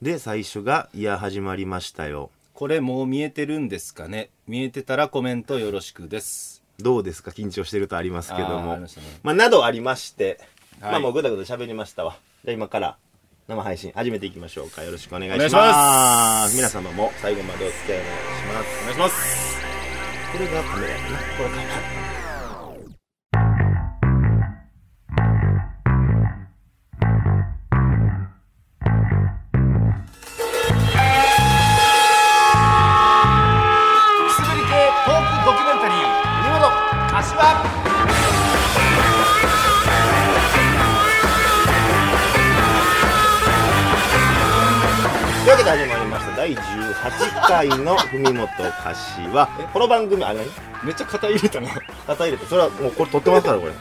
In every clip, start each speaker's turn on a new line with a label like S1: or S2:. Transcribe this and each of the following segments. S1: で最初が「いや始まりましたよ
S2: これもう見えてるんですかね見えてたらコメントよろしくです」
S1: どうですか緊張してるとありますけど
S2: あー
S1: も
S2: ありましたね
S1: まあ、などありまして、
S2: はい
S1: まあもうぐだぐだ喋りましたわじゃあ今から生配信始めていきましょうかよろしくお願いします
S2: お願いします
S1: 皆様も最後までお付き合いお願いします
S2: お願いします
S1: これがカメラやなこれカメラ
S2: くすぶり系トークドキュメンタリー見事柏
S1: というわけで始まりました第18回の「文元柏」この番組あ何
S2: めっちゃ肩入れたな い
S1: 肩入れてそれはもうこれ撮ってますからこれ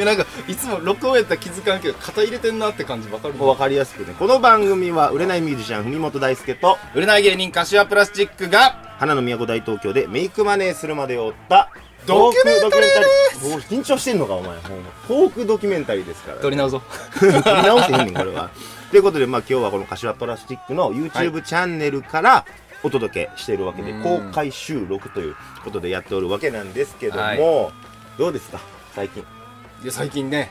S2: やなんかいつも録音やったら気づかんけど肩入れてんなって感じわかる
S1: もう分かりやすくねこの番組は売れないミュージシャン文元大輔と
S2: 売れない芸人柏プラスチックが
S1: 花の都大東京でメイクマネーするまでを追った
S2: ドキュメンタ
S1: ド
S2: リー
S1: キュメンタリーお緊張してんのかお前ほんまトークドキュメンタリーですから
S2: 撮り直そう
S1: 撮り直せへんねんこれは ということでまあ今日はこの柏プラスチックの
S2: はい
S1: YouTube チャンネルからお届けしているわけで
S2: うん
S1: 公開収録ということでやっておるわけなんですけども、
S2: はい
S1: どうですか最近
S2: いや最近ね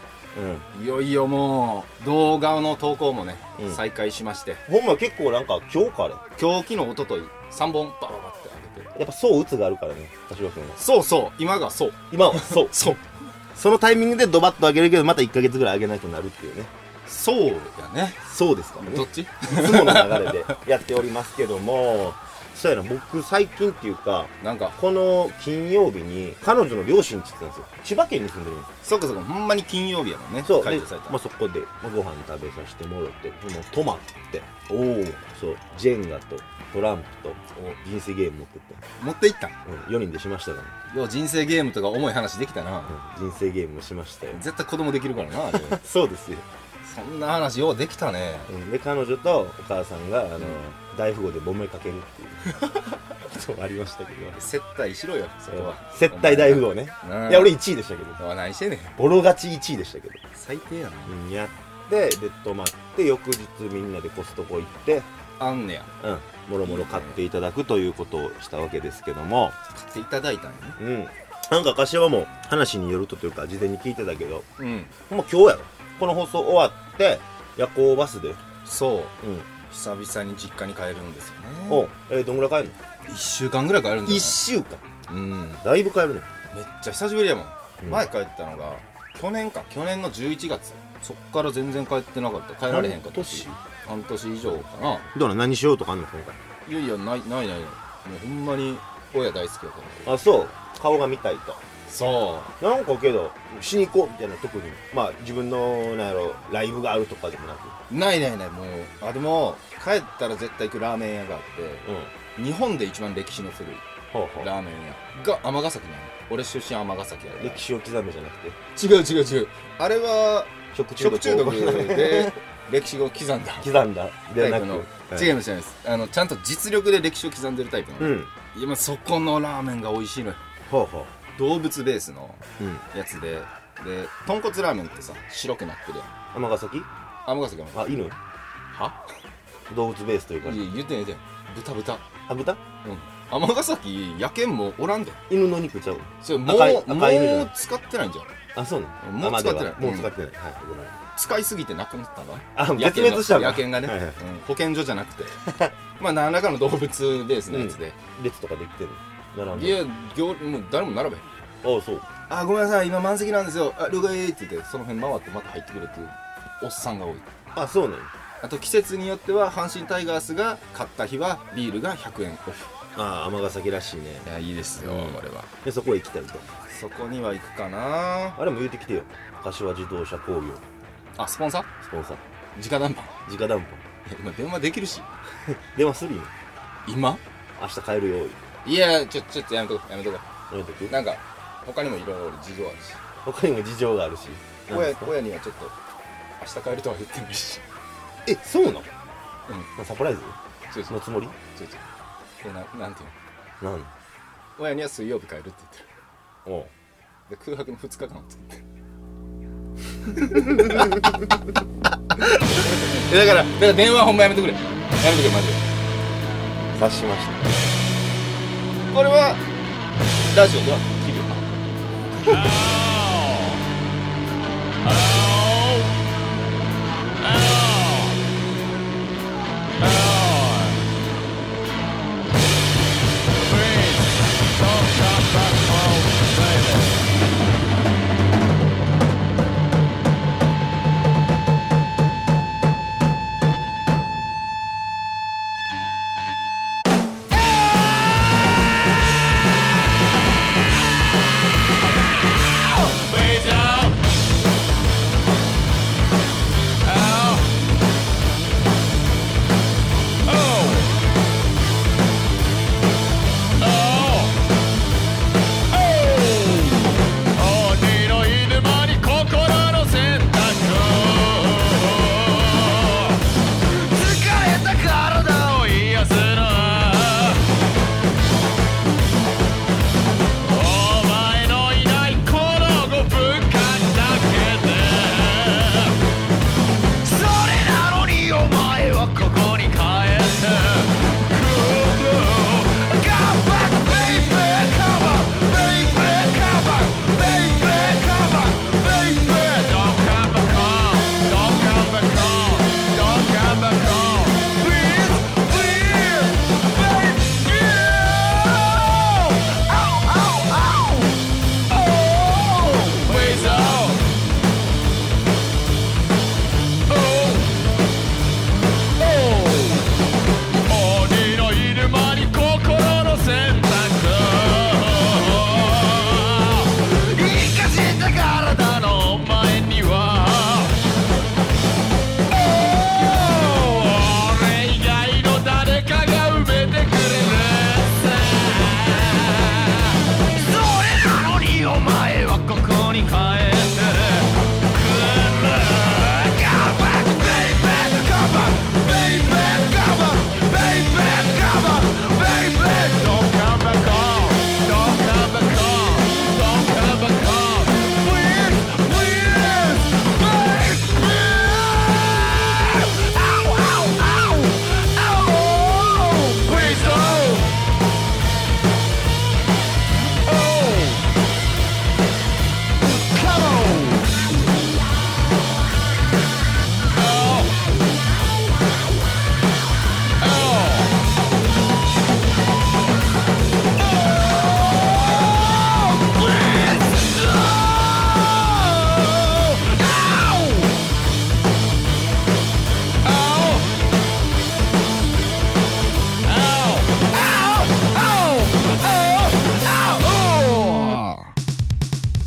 S1: うん
S2: いよいよもう動画の投稿もね、
S1: うん
S2: 再開しまして
S1: ほんま結構なんか今日から
S2: 今日昨日一昨日3本バババって上げて
S1: やっぱそう打つがあるからね柏君は
S2: そうそう今がそう
S1: 今はそう
S2: そう
S1: そのタイミングでドバッと上げるけどまた1ヶ月ぐらい上げないとなるっていうね
S2: そうやね
S1: そうですからね
S2: どっち
S1: いつもの流れでやっておりますけどもそうやな僕最近っていうか
S2: なんか
S1: この金曜日に彼女の両親ちって言ってたんですよ千葉県に住んでるんです
S2: そっかそっかほんまに金曜日やもんね
S1: そう
S2: 解
S1: で
S2: 除された、
S1: まあ、そこでまあご飯食べさせてもらってもう泊まって
S2: おお
S1: そうジェンガとトランプと人生ゲーム持ってって、
S2: 持っていったん
S1: うん、4人でしましたから、ね
S2: よう人生ゲームとか重い話できたな、
S1: うん人生ゲームをしましたよ
S2: 絶対子供できるからなあ れ
S1: そうですよ
S2: そんな話ようできたね
S1: うんで彼女とお母さんがあの、大富豪で揉めかけるっていう そうありましたけど
S2: 接待しろよそれは
S1: 接待大富豪ね
S2: お前うん
S1: いや俺1位でしたけど
S2: お前何してんねん
S1: ボロ勝ち1位でしたけど、
S2: 最低やな
S1: うん、やってで泊まって翌日みんなでコストコ行って
S2: あんねや
S1: うんもろもろ買っていただくということをしたわけですけども
S2: 買っていただいたんやね
S1: うんなんか柏も話によるとというか事前に聞いてたけど
S2: うん
S1: ほんま今日やろこの放送終わって夜行バスで
S2: そう
S1: うん
S2: 久々に実家に帰るんですよね
S1: おうえーどんぐらい帰る
S2: 1週間ぐらい帰るん
S1: の
S2: だ
S1: 1
S2: よ、ね、
S1: 週間
S2: うん
S1: だいぶ帰るね
S2: めっちゃ久しぶりやもん、
S1: うん
S2: 前帰ったのが去年か去年の11月そっから全然帰ってなかった帰られへんかったし半年以上かな
S1: どうなん何しようとかあんの今回
S2: いやいやないないないもうほんまに親大好きやから
S1: あそう顔が見たいと
S2: そ
S1: なんかけどしに行こうみたいな特にまあ自分のなんやろライブがあるとかでもなく
S2: うないないないもうあでも帰ったら絶対行くラーメン屋があっ
S1: うん
S2: て日本で一番歴史の古い
S1: ほうほう
S2: ラーメン屋が尼崎にある俺出身尼崎やから
S1: 歴史を刻めじゃなくて
S2: 違う違う違うあれは
S1: 食中
S2: 食
S1: 毒
S2: 中毒で歴史を刻んだ
S1: 刻んだで
S2: タ
S1: な
S2: イプ
S1: く、
S2: の
S1: はい
S2: 違います違いますあのちゃんと実力で歴史を刻んでるタイプの、
S1: うん
S2: 今そこのラーメンが美味しいのよ
S1: ほうほ
S2: 動物ベースの
S1: ううん
S2: やつでで豚骨ラーメンってさ白くなってるやん
S1: 尼崎
S2: 尼崎が
S1: あ犬
S2: は
S1: 動物ベースというか
S2: いや言ってん言ってん豚豚
S1: あ豚
S2: うん尼崎野犬もおらんで
S1: 犬の肉ちゃう
S2: それもう
S1: 赤い赤い犬じゃない
S2: もう使ってないんじゃん
S1: あそうなの
S2: もう使ってない
S1: あまあではもう使ってない、はいごめん
S2: 使いすぎてなくなったな
S1: あ
S2: 野
S1: 絶
S2: 犬
S1: 滅したの
S2: が野犬がね、
S1: はいはい
S2: うん保健所じゃ なくてまあ何らかの動物ベースのやつで、
S1: 列とかできてる並ん
S2: い
S1: で
S2: や行もう誰も並べへん
S1: あそう
S2: あごめんなさい今満席なんですよあ了解って言ってその辺回ってまた入ってくるっていうおっさんが多い
S1: あそうなの
S2: あと季節によっては阪神タイガースが勝った日はビールが100円オフ
S1: あ尼崎らしいね
S2: いやいいですよ、
S1: うん
S2: これは
S1: でそこへ来たりと
S2: そこには行くかな
S1: あれも言うてきてよ柏自動車工業
S2: あスポンサー
S1: スポンサー
S2: 直談判
S1: 直談判
S2: いや今電話できるし
S1: 電話するよ
S2: 今
S1: 明日帰るよや
S2: いやちょちょっとやめとこやめとこ
S1: めとく
S2: なんか他にもいろいろ俺事情あるし
S1: 他にも事情があるしなんで
S2: 親
S1: すか
S2: 親にはちょっと明日帰るとは言ってないし
S1: えそうなの
S2: う
S1: サプライズ
S2: そうそう
S1: のつもり
S2: そうそうえななんていうの
S1: なん
S2: 親には水曜日帰るって言ってる
S1: おう
S2: で空白の2日間を作って だからだから電話ほんまやめてくれやめとけマジで
S3: 察しまし
S2: これはラジオでは切るよな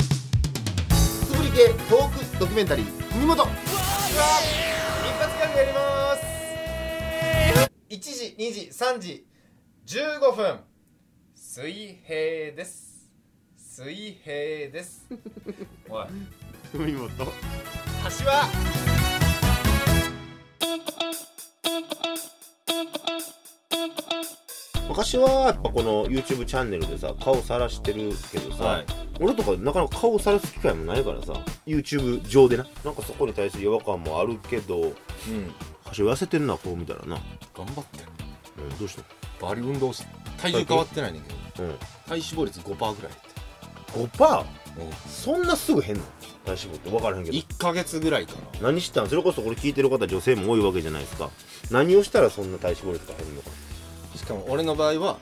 S3: たつぶり系トークドキュメンタリー文元
S4: 一発ギャグやります1時2時3時15分水平です水平ですおい
S3: 文元
S4: 橋は
S3: 昔はやっぱこの YouTube チャンネルでさ顔さらしてるけどさ、
S2: はい
S3: 俺とかなかなか顔さらす機会もないからさ YouTube 上でななんかそこに対する違和感もあるけど
S2: うん
S3: 橋痩せてるなこう見たらな、
S2: 頑張って
S3: うん、どうした
S2: バリ運動して体重変わってないねんけど
S3: のうん
S2: 体脂肪率5%ぐらい減って
S3: 5%そんなすぐ変なの体脂肪って分からへんけど
S2: 1か月ぐらいかな
S3: 何したんそれこそこれ聞いてる方女性も多いわけじゃないですか何をしたらそんな体脂肪率が減るのか、
S2: しかも俺の場合は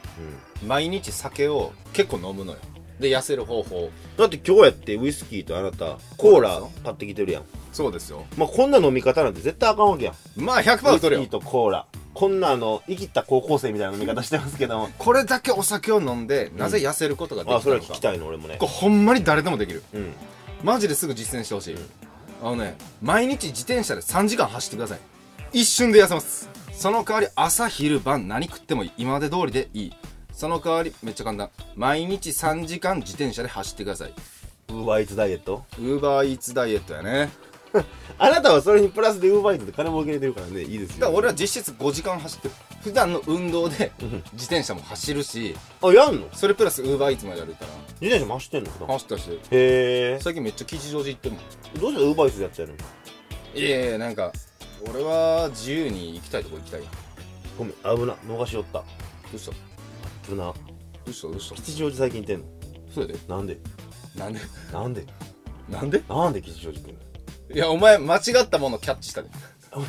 S3: うん、
S2: 毎日酒を結構飲むのよで痩せる方法
S3: だって今日やってウイスキーとあなたコーラ買ってきてるやん
S2: そうですよ
S3: まあこんな飲み方なんて絶対あかんわけやん
S2: まあ100%
S3: ウイ
S2: は
S3: スキ
S2: 取る
S3: ー
S2: よ
S3: とコーラこんなあの生きった高校生みたいな飲み方してますけ ども
S2: これだけお酒を飲んでなぜ痩せることができた
S3: あ
S2: の
S3: そ
S2: か、
S3: れは聞きたいの俺もね
S2: これほんまに誰でもできる
S3: うん
S2: マジですぐ実践してほしい、あのね毎日自転車で3時間走ってください一瞬で痩せますその代わり朝昼晩何食ってもいい今まで通りでいいその代わりめっちゃ簡単毎日3時間自転車で走ってください
S3: ウーバーイーツダイエット
S2: ウーバーイーツダイエットやね
S3: あなたはそれにプラスでウーバーイーツで金儲けれてるからねいいですよ
S2: だから俺は実質5時間走ってる普段の運動で自転車も走るし
S3: あやんの自
S2: それプラスウーバーイーツまで歩いたら
S3: 転車も走ってんの普段へ
S2: 走ったし
S3: え
S2: 最近めっちゃ吉祥寺行ってるもん
S3: どうしてウーバーイーツでやってるの
S2: いやいやなんか俺は自由に行きたいとこ行きたいやん
S1: ごめん危な逃しよった
S2: どうしたど
S1: 危な
S2: うしたどうした
S1: 吉祥寺最近行ってんの
S2: そうやで
S1: なんで
S2: なんで
S1: なんで
S2: なんで
S1: なんで吉祥寺行ってんの
S2: いやお前間違ったものキャッチしたで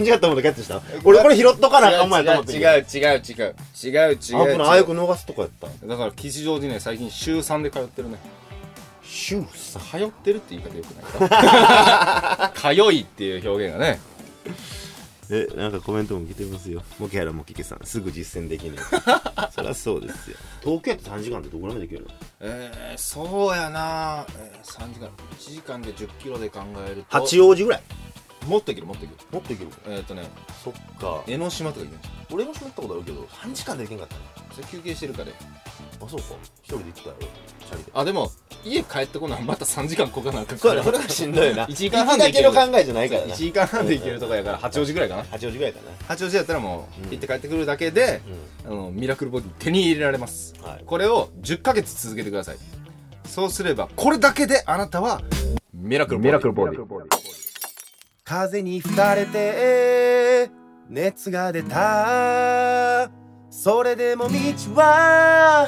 S1: 間違ったものキャッチした俺これ拾っとかなあかんもんやと思ってん
S2: 違
S1: けど
S2: う違う違う違う違
S1: あ
S2: う違う違
S1: こ
S2: う
S1: のああよく逃すとこやった
S2: だから吉祥寺ね最近週3で通ってるね
S1: シューさ
S2: 通ってるって言い方よく ないか通いっていう表現がね
S1: えなんかコメントも来てますよモキハラモキケさんすぐ実践できない そりゃそうですよ東京やって3時間ってどこらまでできるの
S2: えー、そうやな、えー、3時間1時間で1 0キロで考えると
S1: 八王子ぐらい
S2: 持ってきる持ってきる
S1: もっといけるか
S2: えーっ、とね
S1: そっか
S2: 江ノ島とか行きまし
S1: 俺もしまったことあるけど3時間で行けんかったね
S2: たそれ休憩してるかで
S1: あそうか一人で行ったよチャリで
S2: あでも家帰ってこないまた3時間こかなあかん
S1: そうやなそれはしんどいな
S2: 1時間半で
S1: 行きだけの考えじゃないからな
S2: 1時間半で行けるとこやから八王子ぐらいかな
S1: 八王子ぐらいかな
S2: 八王子やったらもう、
S1: うん
S2: 行って帰ってくるだけで、
S1: う
S2: あのミラクルボディ手に入れられます
S1: んはい
S2: これを10ヶ月続けてくださいそうすればこれだけであなたはミラクルボディ
S5: 風に吹かれて熱が出たそれでも道は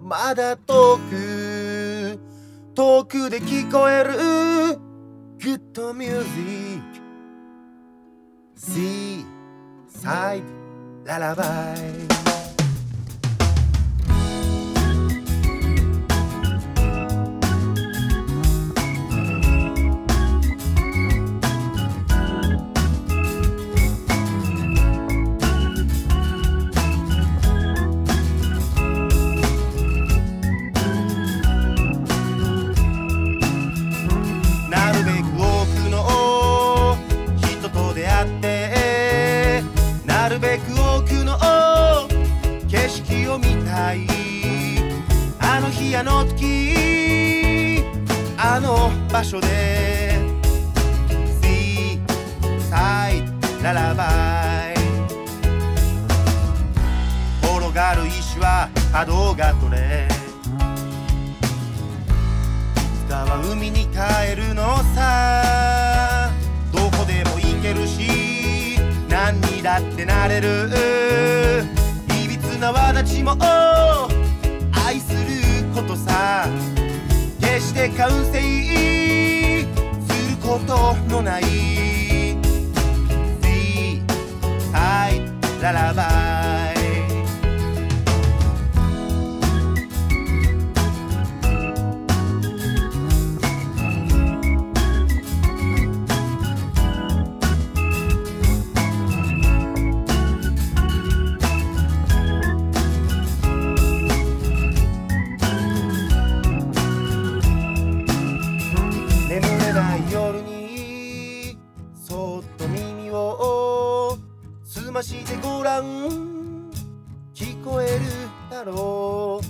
S5: まだ遠く遠くで聞こえるグッドミュージック C サイドララバイなるべく多くの人と出会ってなるべく多くの景色を見たいあの日あの時あの場所で See side ララバイ転がる石は波動が取れ明日は海に帰るのさどこでも行けるし何にだってなれるいびつな輪立ちも愛することさ決して完成することのない See Side Lullaby 眠れない夜にそっと耳を澄ましてごらん聞こえるだろう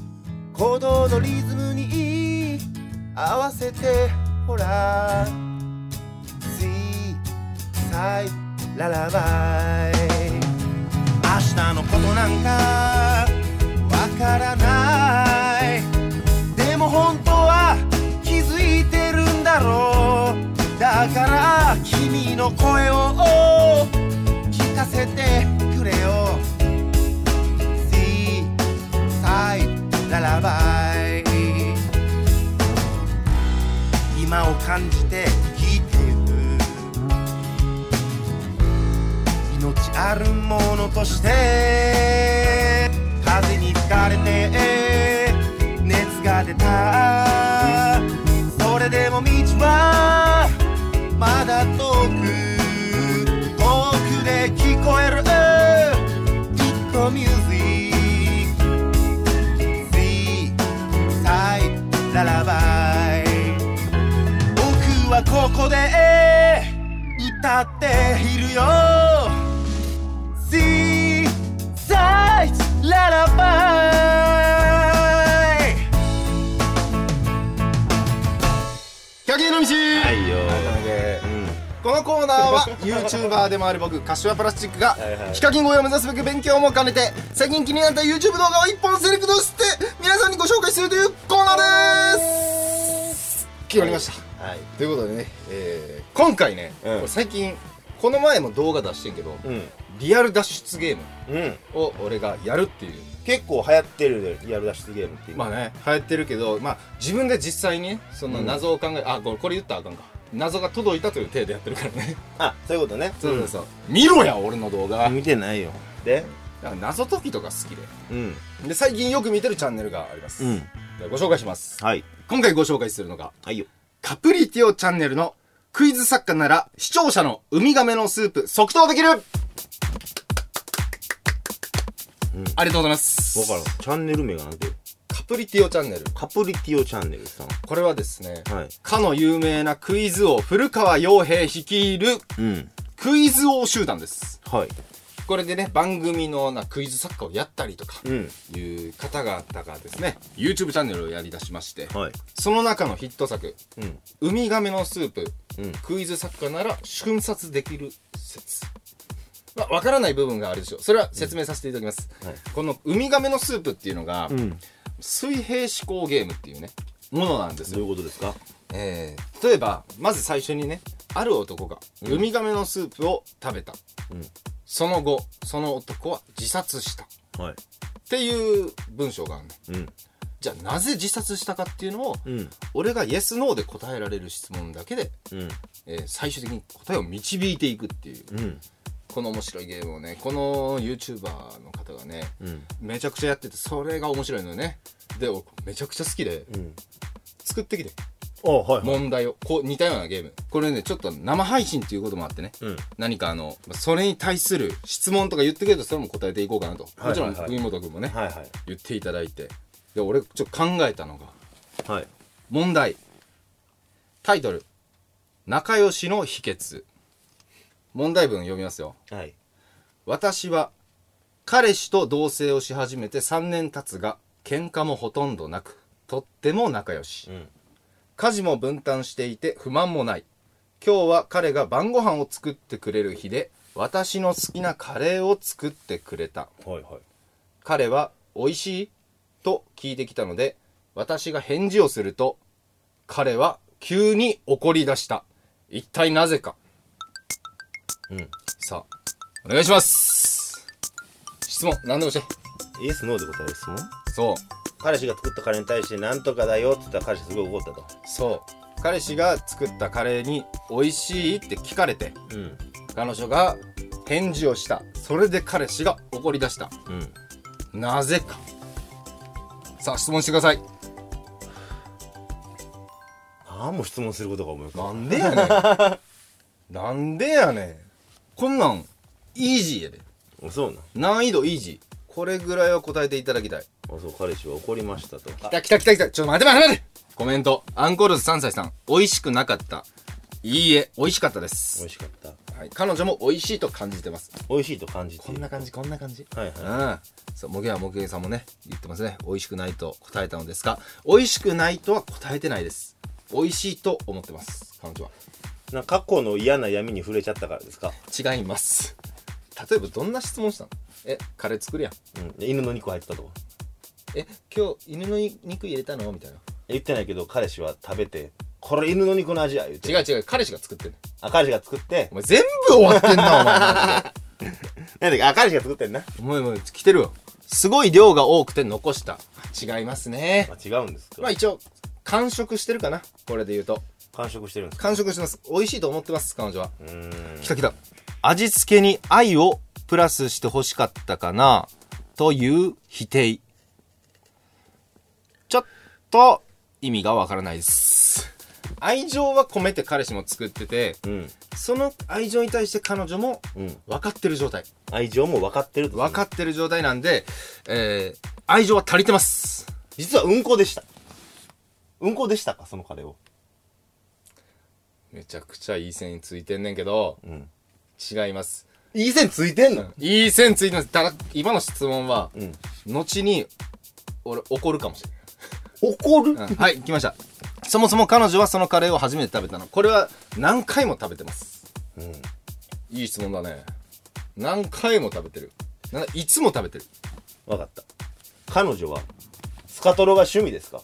S5: 鼓動のリズムに合わせてほら See side ララバイ明日のことなんかわからないでも本当は気づいてるんだろうだから君の声を聞かせてくれよ See side ララバイ今を感じて生きてゆく命あるものとして風に吹かれて熱が出たそれでも道はまだ遠く遠くで聞こえるずっとミュージック See side ララバイ僕はここで歌っているよ See side ララバイ
S2: 100円の道
S1: はいようん
S2: このコーナーは YouTuber でもある僕柏プラスチックが
S1: はいはい
S2: ヒカキン越えを目指すべく勉強も兼ねて最近気になった YouTube 動画を1本セレクトして皆さんにご紹介するというコーナーです決まりました
S1: はい
S2: ということでね、えー今回ね、
S1: うん
S2: これ最近この前も動画出してんけど、
S1: うん
S2: リアル脱出ゲーム
S1: うん
S2: を俺がやるっていう
S1: 結構流行ってるねリアル脱出ゲームって今
S2: まあね流行ってるけど、まあ、自分で実際にねその謎を考え、あこれこれ言ったらあかんか謎が届いたという体でやってるからね
S1: あそういうことね
S2: そうそうそう、見ろや俺の動画、
S1: 見てないよで
S2: なんか謎解きとか好きで
S1: うん
S2: で最近よく見てるチャンネルがあります、
S1: うん
S2: でご紹介します
S1: はい
S2: 今回ご紹介するのが
S1: はいよ
S2: カプリティオチャンネルのクイズ作家なら視聴者のウミガメのスープ即答できる、ありがとうございます
S1: わからんチャンネル名がなんて
S2: カプリティオチャンネル
S1: カプリティオチャンネルさん
S2: これはですね、
S1: はい
S2: かの有名なクイズ王古川洋平率いる
S1: うん
S2: クイズ王集団です
S1: はい
S2: これでね番組のなクイズ作家をやったりとか
S1: うん
S2: いう方々がですね YouTube チャンネルをやりだしまして
S1: はい
S2: その中のヒット作
S1: うん
S2: 「ウミガメのスープ」
S1: うん
S2: クイズ作家なら瞬殺できる説まあ、わからない部分があるでしょうそれは説明させていただきます、
S1: はい
S2: このウミガメのスープっていうのが、
S1: ん
S2: 水平思考ゲームっていうねものなんですよ
S1: どういうことですか
S2: えー例えばまず最初にねある男がウミガメのスープを食べた、
S1: うん
S2: その後その男は自殺したっ
S1: はい
S2: ていう文章があるね
S1: うん
S2: じゃあなぜ自殺したかっていうのを、
S1: うん
S2: 俺がイエスノーで答えられる質問だけで、
S1: うん
S2: えー最終的に答えを導いていくっていう
S1: うん
S2: この面白いゲームをねこの YouTuber の方がね
S1: うん
S2: めちゃくちゃやっててそれが面白いのよねで俺めちゃくちゃ好きで
S1: うん
S2: 作ってきて
S1: あはいはい
S2: 問題をこう似たようなゲームこれねちょっと生配信っていうこともあってね
S1: うん
S2: 何かあのそれに対する質問とか言ってくれたらそれも答えていこうかなと、
S1: はいはいはい
S2: もちろん国本君もね、
S1: はいはい
S2: 言っていただいてで俺ちょっと考えたのが
S1: はい
S2: 問題タイトル「仲良しの秘訣」問題文読みますよ
S1: はい
S2: 私は彼氏と同棲をし始めて3年経つが喧嘩もほとんどなくとっても仲良し、
S1: うん
S2: 家事も分担していて不満もない今日は彼が晩ご飯を作ってくれる日で私の好きなカレーを作ってくれた
S1: はいはい
S2: 彼は「美味しい?」と聞いてきたので私が返事をすると彼は急に怒り出した一体なぜか
S1: うん
S2: さあお願いします質問何でもして
S1: イエスノーで答える質問
S2: そう
S1: 彼氏が作ったカレーに対して何とかだよって言ったら彼氏すごい怒ったと
S2: そう彼氏が作ったカレーに「美味しい?」って聞かれて
S1: うん
S2: 彼女が返事をしたそれで彼氏が怒り出した
S1: うん
S2: なぜかさあ質問してください
S1: 何も質問することが思い浮かばん
S2: んでやね んなんでやねんこんなんイージーやで
S1: あそうなん
S2: 難易度イージーこれぐらいは答えていただきたい
S1: あそう彼氏は怒りましたと
S2: きたきたきたきたちょっと待て待て待てコメントアンコールズ3歳さん美味しくなかったいいえ美味しかったで
S1: 美
S2: す、
S1: 味しかった
S2: はい、彼女も美味しいと感じてます
S1: 美味しいと感じている
S2: 感じこんな感じ
S1: はいはい
S2: うん。そう、もげはもげさんもね、言ってますね。美味しくないと答えたのですが、美味しくないとは答えてないです。美味しいと思ってます。彼女
S1: なんか過去の嫌な闇に触れちゃったからですか、
S2: は。違います。例えばどんな質問したのえ、カレー作るやん。
S1: うん、で犬の肉入ってたとか
S2: え、今日犬のい肉入れたのみたいな。
S1: 言ってないけど彼氏は食べてこれ犬の肉の味や言って
S2: 違う違う、彼氏が作ってる。
S1: あ彼氏が作って
S2: お前全部終わってんな、お前マジで。
S1: なんだっけあ彼氏が作ってんな、
S2: お前もう来てるわ。すごい量が多くて残した。違いますね
S1: ま。あ、違うんですか、
S2: まあ一応、完食してるかな。これで言うと。
S1: 完食してるんですか
S2: 完食してます。美味しいと思ってます、彼女は。
S1: うーん
S2: きたきた。味付けに愛をプラスして欲しかったかな、という否定。ちょっと、意味がわからないです。愛情は込めて彼氏も作ってて、
S1: うん
S2: その愛情に対して彼女も
S1: うん
S2: 分かってる状態。
S1: 愛情も分かってると
S2: 分かってる状態なんで、えー、愛情は足りてます。
S1: 実はうんこでしたうんこでしたかそのカレーを
S2: めちゃくちゃいい線ついてんねんけど、
S1: うん
S2: 違います。
S1: いい線ついてんの
S2: いい線ついてます。ただ、今の質問は、
S1: うん
S2: 後に、俺、怒るかもしれない。
S1: 怒る、
S2: うんはい、来ました。そもそも彼女はそのカレーを初めて食べたの。これは何回も食べてます。
S1: うん
S2: いい質問だね。何回も食べてる。なんかいつも食べてる。
S1: 分かった彼女はスカトロが趣味ですか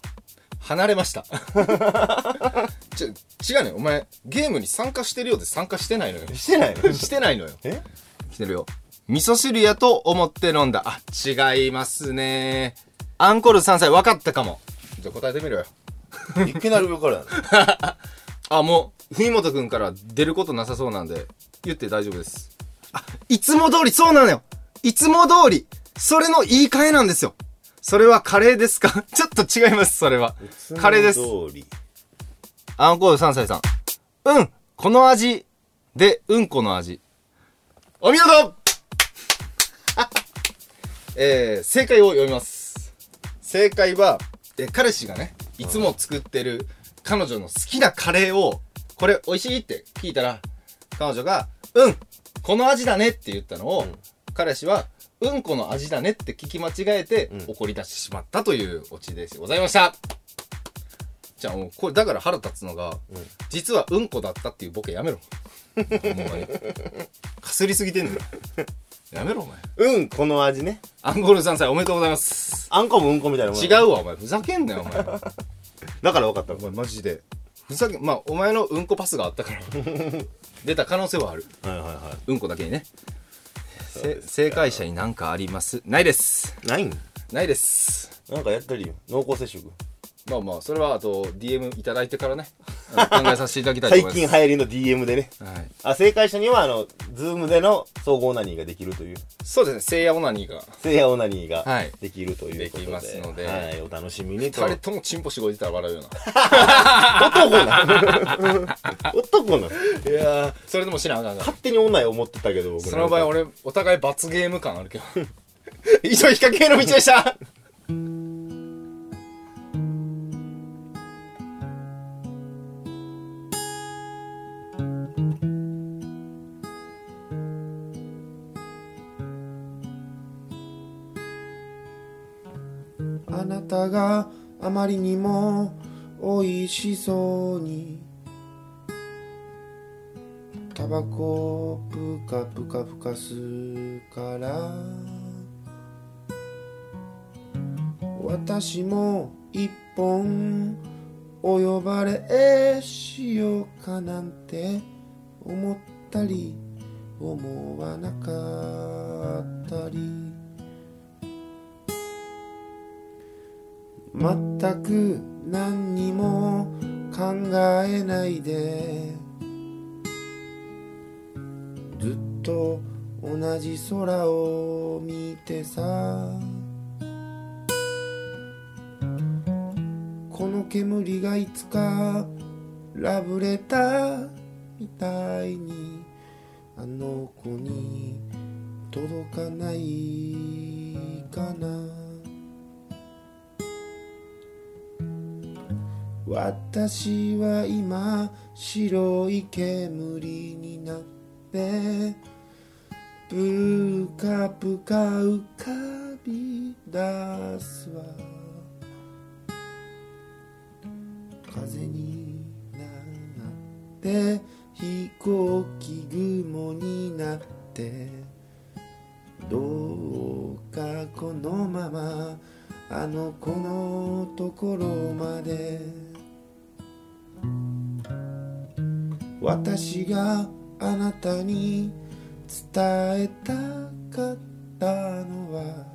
S2: 離れ ました。ちょ、違うね。お前、ゲームに参加してるようで参加してないのよ。
S1: してないの
S2: してないのよ。
S1: え
S2: 来てるよ。味噌汁やと思って飲んだ。あ、違いますね。アンコール3歳分かったかも。じゃあ答えてみろよ。
S1: いきなり上からやな
S2: あ、もう、文本くんから出ることなさそうなんで、言って大丈夫です。あ、いつも通り、そうなのよいつも通りそれの言い換えなんですよそれはカレーですか ちょっと違います、それは。 カレーです
S1: いつ。も通り
S2: アンコール3歳さん。うん、この味。で、うんこの味。お見事 えー、正解を読みます。正解は、えー彼氏がね、いつも作ってる彼女の好きなカレーを、これ美味しいって聞いたら、彼女が、うん、この味だねって言ったのを、彼氏は、うんこの味だねって聞き間違えて、
S1: うん
S2: 怒り出してしまったというオチでございました。じゃあもうこれだから腹立つのが、実はうんこだったっていうボケやめろほんまにかすりすぎてんねんやめろお前
S1: うんこの味ね
S2: アンゴール3歳おめでとうございます
S1: あんこもうんこみたいなもん
S2: 違
S1: う
S2: うわお前ふざけんなよお前
S1: だから分かった
S2: お前マジでふざけまあお前のうんこパスがあったから出た可能性はある
S1: はいはいは
S2: うんこだけにねせ正解者に何かありますないです
S1: いないん
S2: ないです
S1: なんかやったりよ濃厚接触
S2: まあまあそれはあと DM いただいてからねあの考えさせていただきたいと
S1: 最
S2: 思います
S1: 近 流行りの DM でね
S2: はい、
S1: あ正解者にはあのズームでの総合オナニーができるという
S2: そうですね聖夜オナニーが
S1: 聖夜オナニーが
S2: はい
S1: できるということで,、
S2: できますので
S1: はい、お楽しみにと
S2: 彼ともチンポしごいてたら笑うよな
S1: 男な 男な勝
S2: いやーそれでも知らんあかんあかん
S1: 手に女や思ってたけど僕
S2: その場合俺お互い罰ゲーム感あるけど 以上ヒカキンへの道でした
S5: あなたがあまりにも美味しそうにタバコをぷかぷかぷか吸うから私も一本お呼ばれしようかなんて思ったり思わなかったり全く何にも考えないでずっと同じ空を見てさこの煙がいつかラブレターみたいにあの子に届かないかな私は今白い煙になってぷかぷか浮かび出すわ風になって飛行機雲になってどうかこのままあの子のところまで私があなたに伝えたかったのは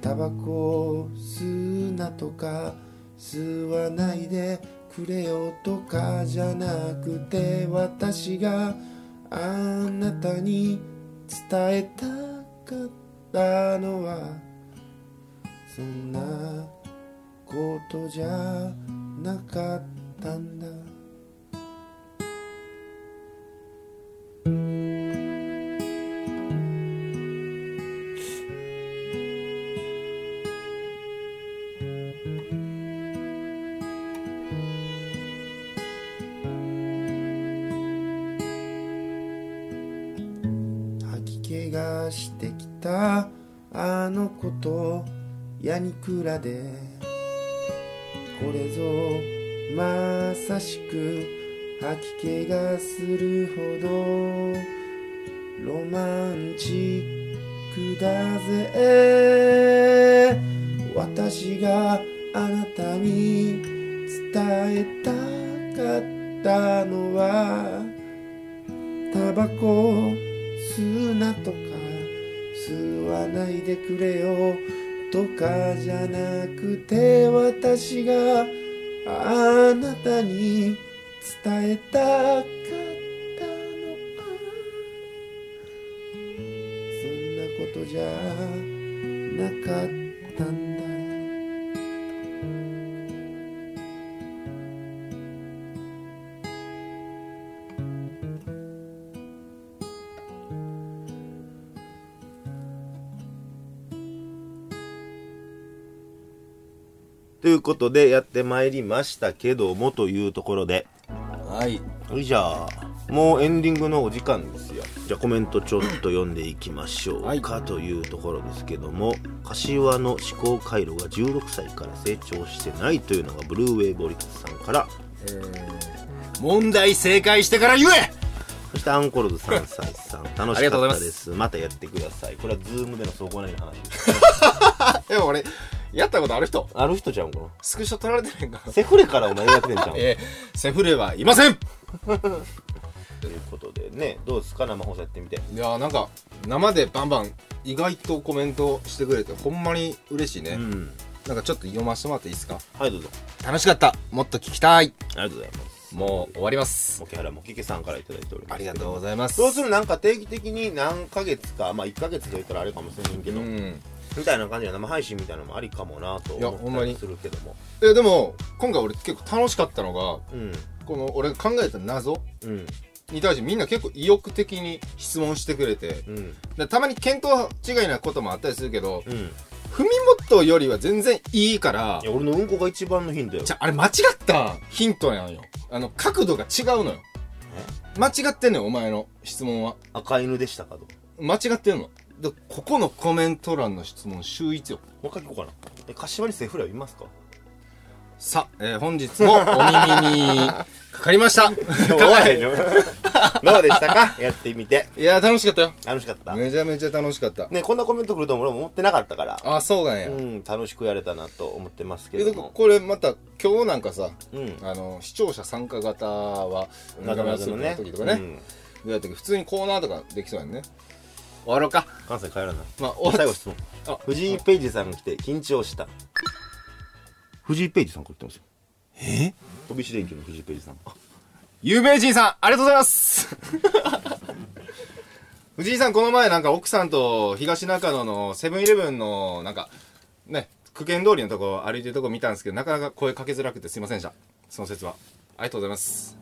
S5: タバコを吸うなとか吸わないでくれよとかじゃなくて私があなたに伝えたかったのはそんなことじゃなかったんだ吐き気がしてきたあの子とやにくらでこれぞまさしく吐き気がするほどロマンチックだぜ私があなたに伝えたかったのはタバコを吸吸うなとか吸わないでくれよとかじゃなくて私があなたに伝えたかったのはそんなことじゃなかったんだ
S1: ということでやってまいりましたけどもというところで
S2: はい
S1: はいじゃあもうエンディングのお時間ですよじゃあコメントちょっと読んでいきましょ
S2: は
S1: う
S2: い
S1: かというところですけども柏の思考回路が16歳から成長してないというのがブルーウェイボリカスさんから
S2: 問題正解してから言え
S1: そしてアンコルズ3歳さん楽
S2: あ
S1: し
S2: りがとう
S1: か
S2: ご
S1: った
S2: ざいます
S1: ですまたやってくださいこれはズームでの走行内の話です
S2: でも俺やったことある人
S1: ある人ちゃうんかな
S2: スクショ取られてないんか
S1: セフレからお前やってんじゃんという
S2: えー、セフレはいません
S1: ことでねどうですか生放送やってみて
S2: いやーなんか生でバンバン意外とコメントしてくれてほんまに嬉しいね、
S1: うん
S2: なんかちょっと読ませてもらっていいですか
S1: はいどうぞ
S2: 楽しかったもっと聞きたい
S1: ありがとうございます
S2: もう終わります
S1: 沖原もきけさんからいただいております
S2: ありがとうございます
S1: どうするなんか定期的に何ヶ月かまあ1ヶ月と言ったらあれかもしれんけど、
S2: うん
S1: みたいな感じの生配信みたいなのもありかもなと
S2: いや
S1: 思
S2: ほ
S1: っ
S2: ん
S1: た
S2: ま
S1: り
S2: に
S1: するけども
S2: えでも今回俺結構楽しかったのが
S1: うん
S2: この俺が考えた謎
S1: うん
S2: に対してみんな結構意欲的に質問してくれて
S1: うん
S2: でたまに見当違いなこともあったりするけど
S1: うんい
S2: 文元よりは全然いいから
S1: や俺のうんこが一番のヒントよ
S2: じゃああれ間違ったヒントなんよあの角度が違うのよ間違ってんのよお前の質問は
S1: 赤犬でしたかとも
S2: 間違ってんのでここのコメント欄の質問秀逸よ
S1: う一回聞こうかなえ柏にセフレはいますか
S2: さあ、えー本日もお耳にかかりました
S1: どうでしたかやってみて
S2: いやー楽しかったよ
S1: 楽しかったね
S2: めちゃめちゃ楽しかった
S1: こんなコメント来ると俺も思ってなかったから
S2: あそうなんや、
S1: うん楽しくやれたなと思ってますけ
S2: え
S1: ど
S2: で
S1: も
S2: これまた今日なんかさ
S1: うん
S2: あの視聴者参加型は
S1: なかなかのね
S2: の時とかね、
S1: うん
S2: どうやったっけ普通にコーナーとかできそうやんね終わろうか
S1: 関西帰らない
S2: まあ終わ
S1: 最後質問
S2: あ
S1: 藤井ペイジさんが来て緊張した藤井ペイジさんから来てますよえ飛び石電機の藤井ペイジさん
S2: 有名人さんありがとうございます 藤井さんこの前なんか奥さんと東中野のセブンイレブンのなんかね区間通りのとこ歩いてるとこ見たんですけどなかなか声かけづらくてすいませんでしたその説はありがとうございます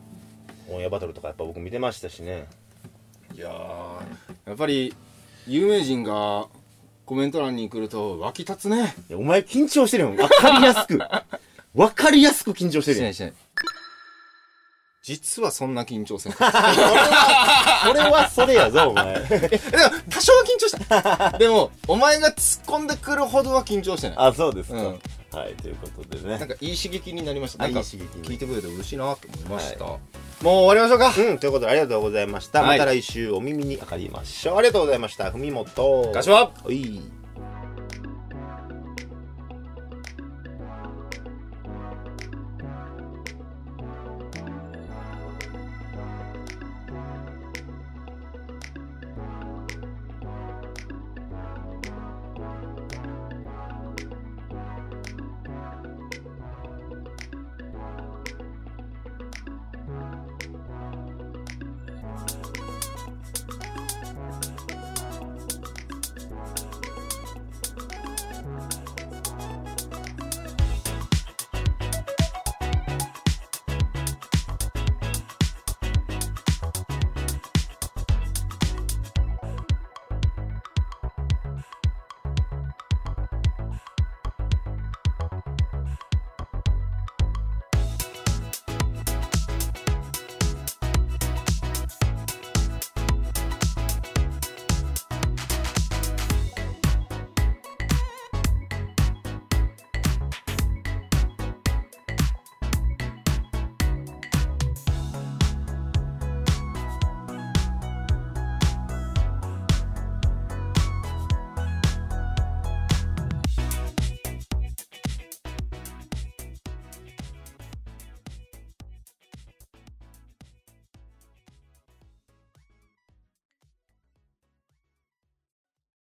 S1: オンエアバトルとかやっぱ僕見てましたしね
S2: いややっぱり有名人がコメント欄に来ると沸き立つね
S1: いやお前緊張してるよ分かりやす く分かりやすく緊張してるよ
S2: しない実はそんな緊張せん で
S1: それはそれやぞお 前
S2: も多少は緊 張したでもお前が突っ込んでくるほどは緊張してない
S1: あそうですか、
S2: うん
S1: はいということで
S2: なん
S1: ね
S2: かいい刺激になりました。
S1: あ
S2: なんか
S1: いい刺激に
S2: 聞いてくれて嬉しいなと思いました。もう終わりましょうか。
S1: うんということでありがとうございました、
S2: はい
S1: また来週お耳にかかりましょうありがとうございました文元
S2: ガシは
S1: はい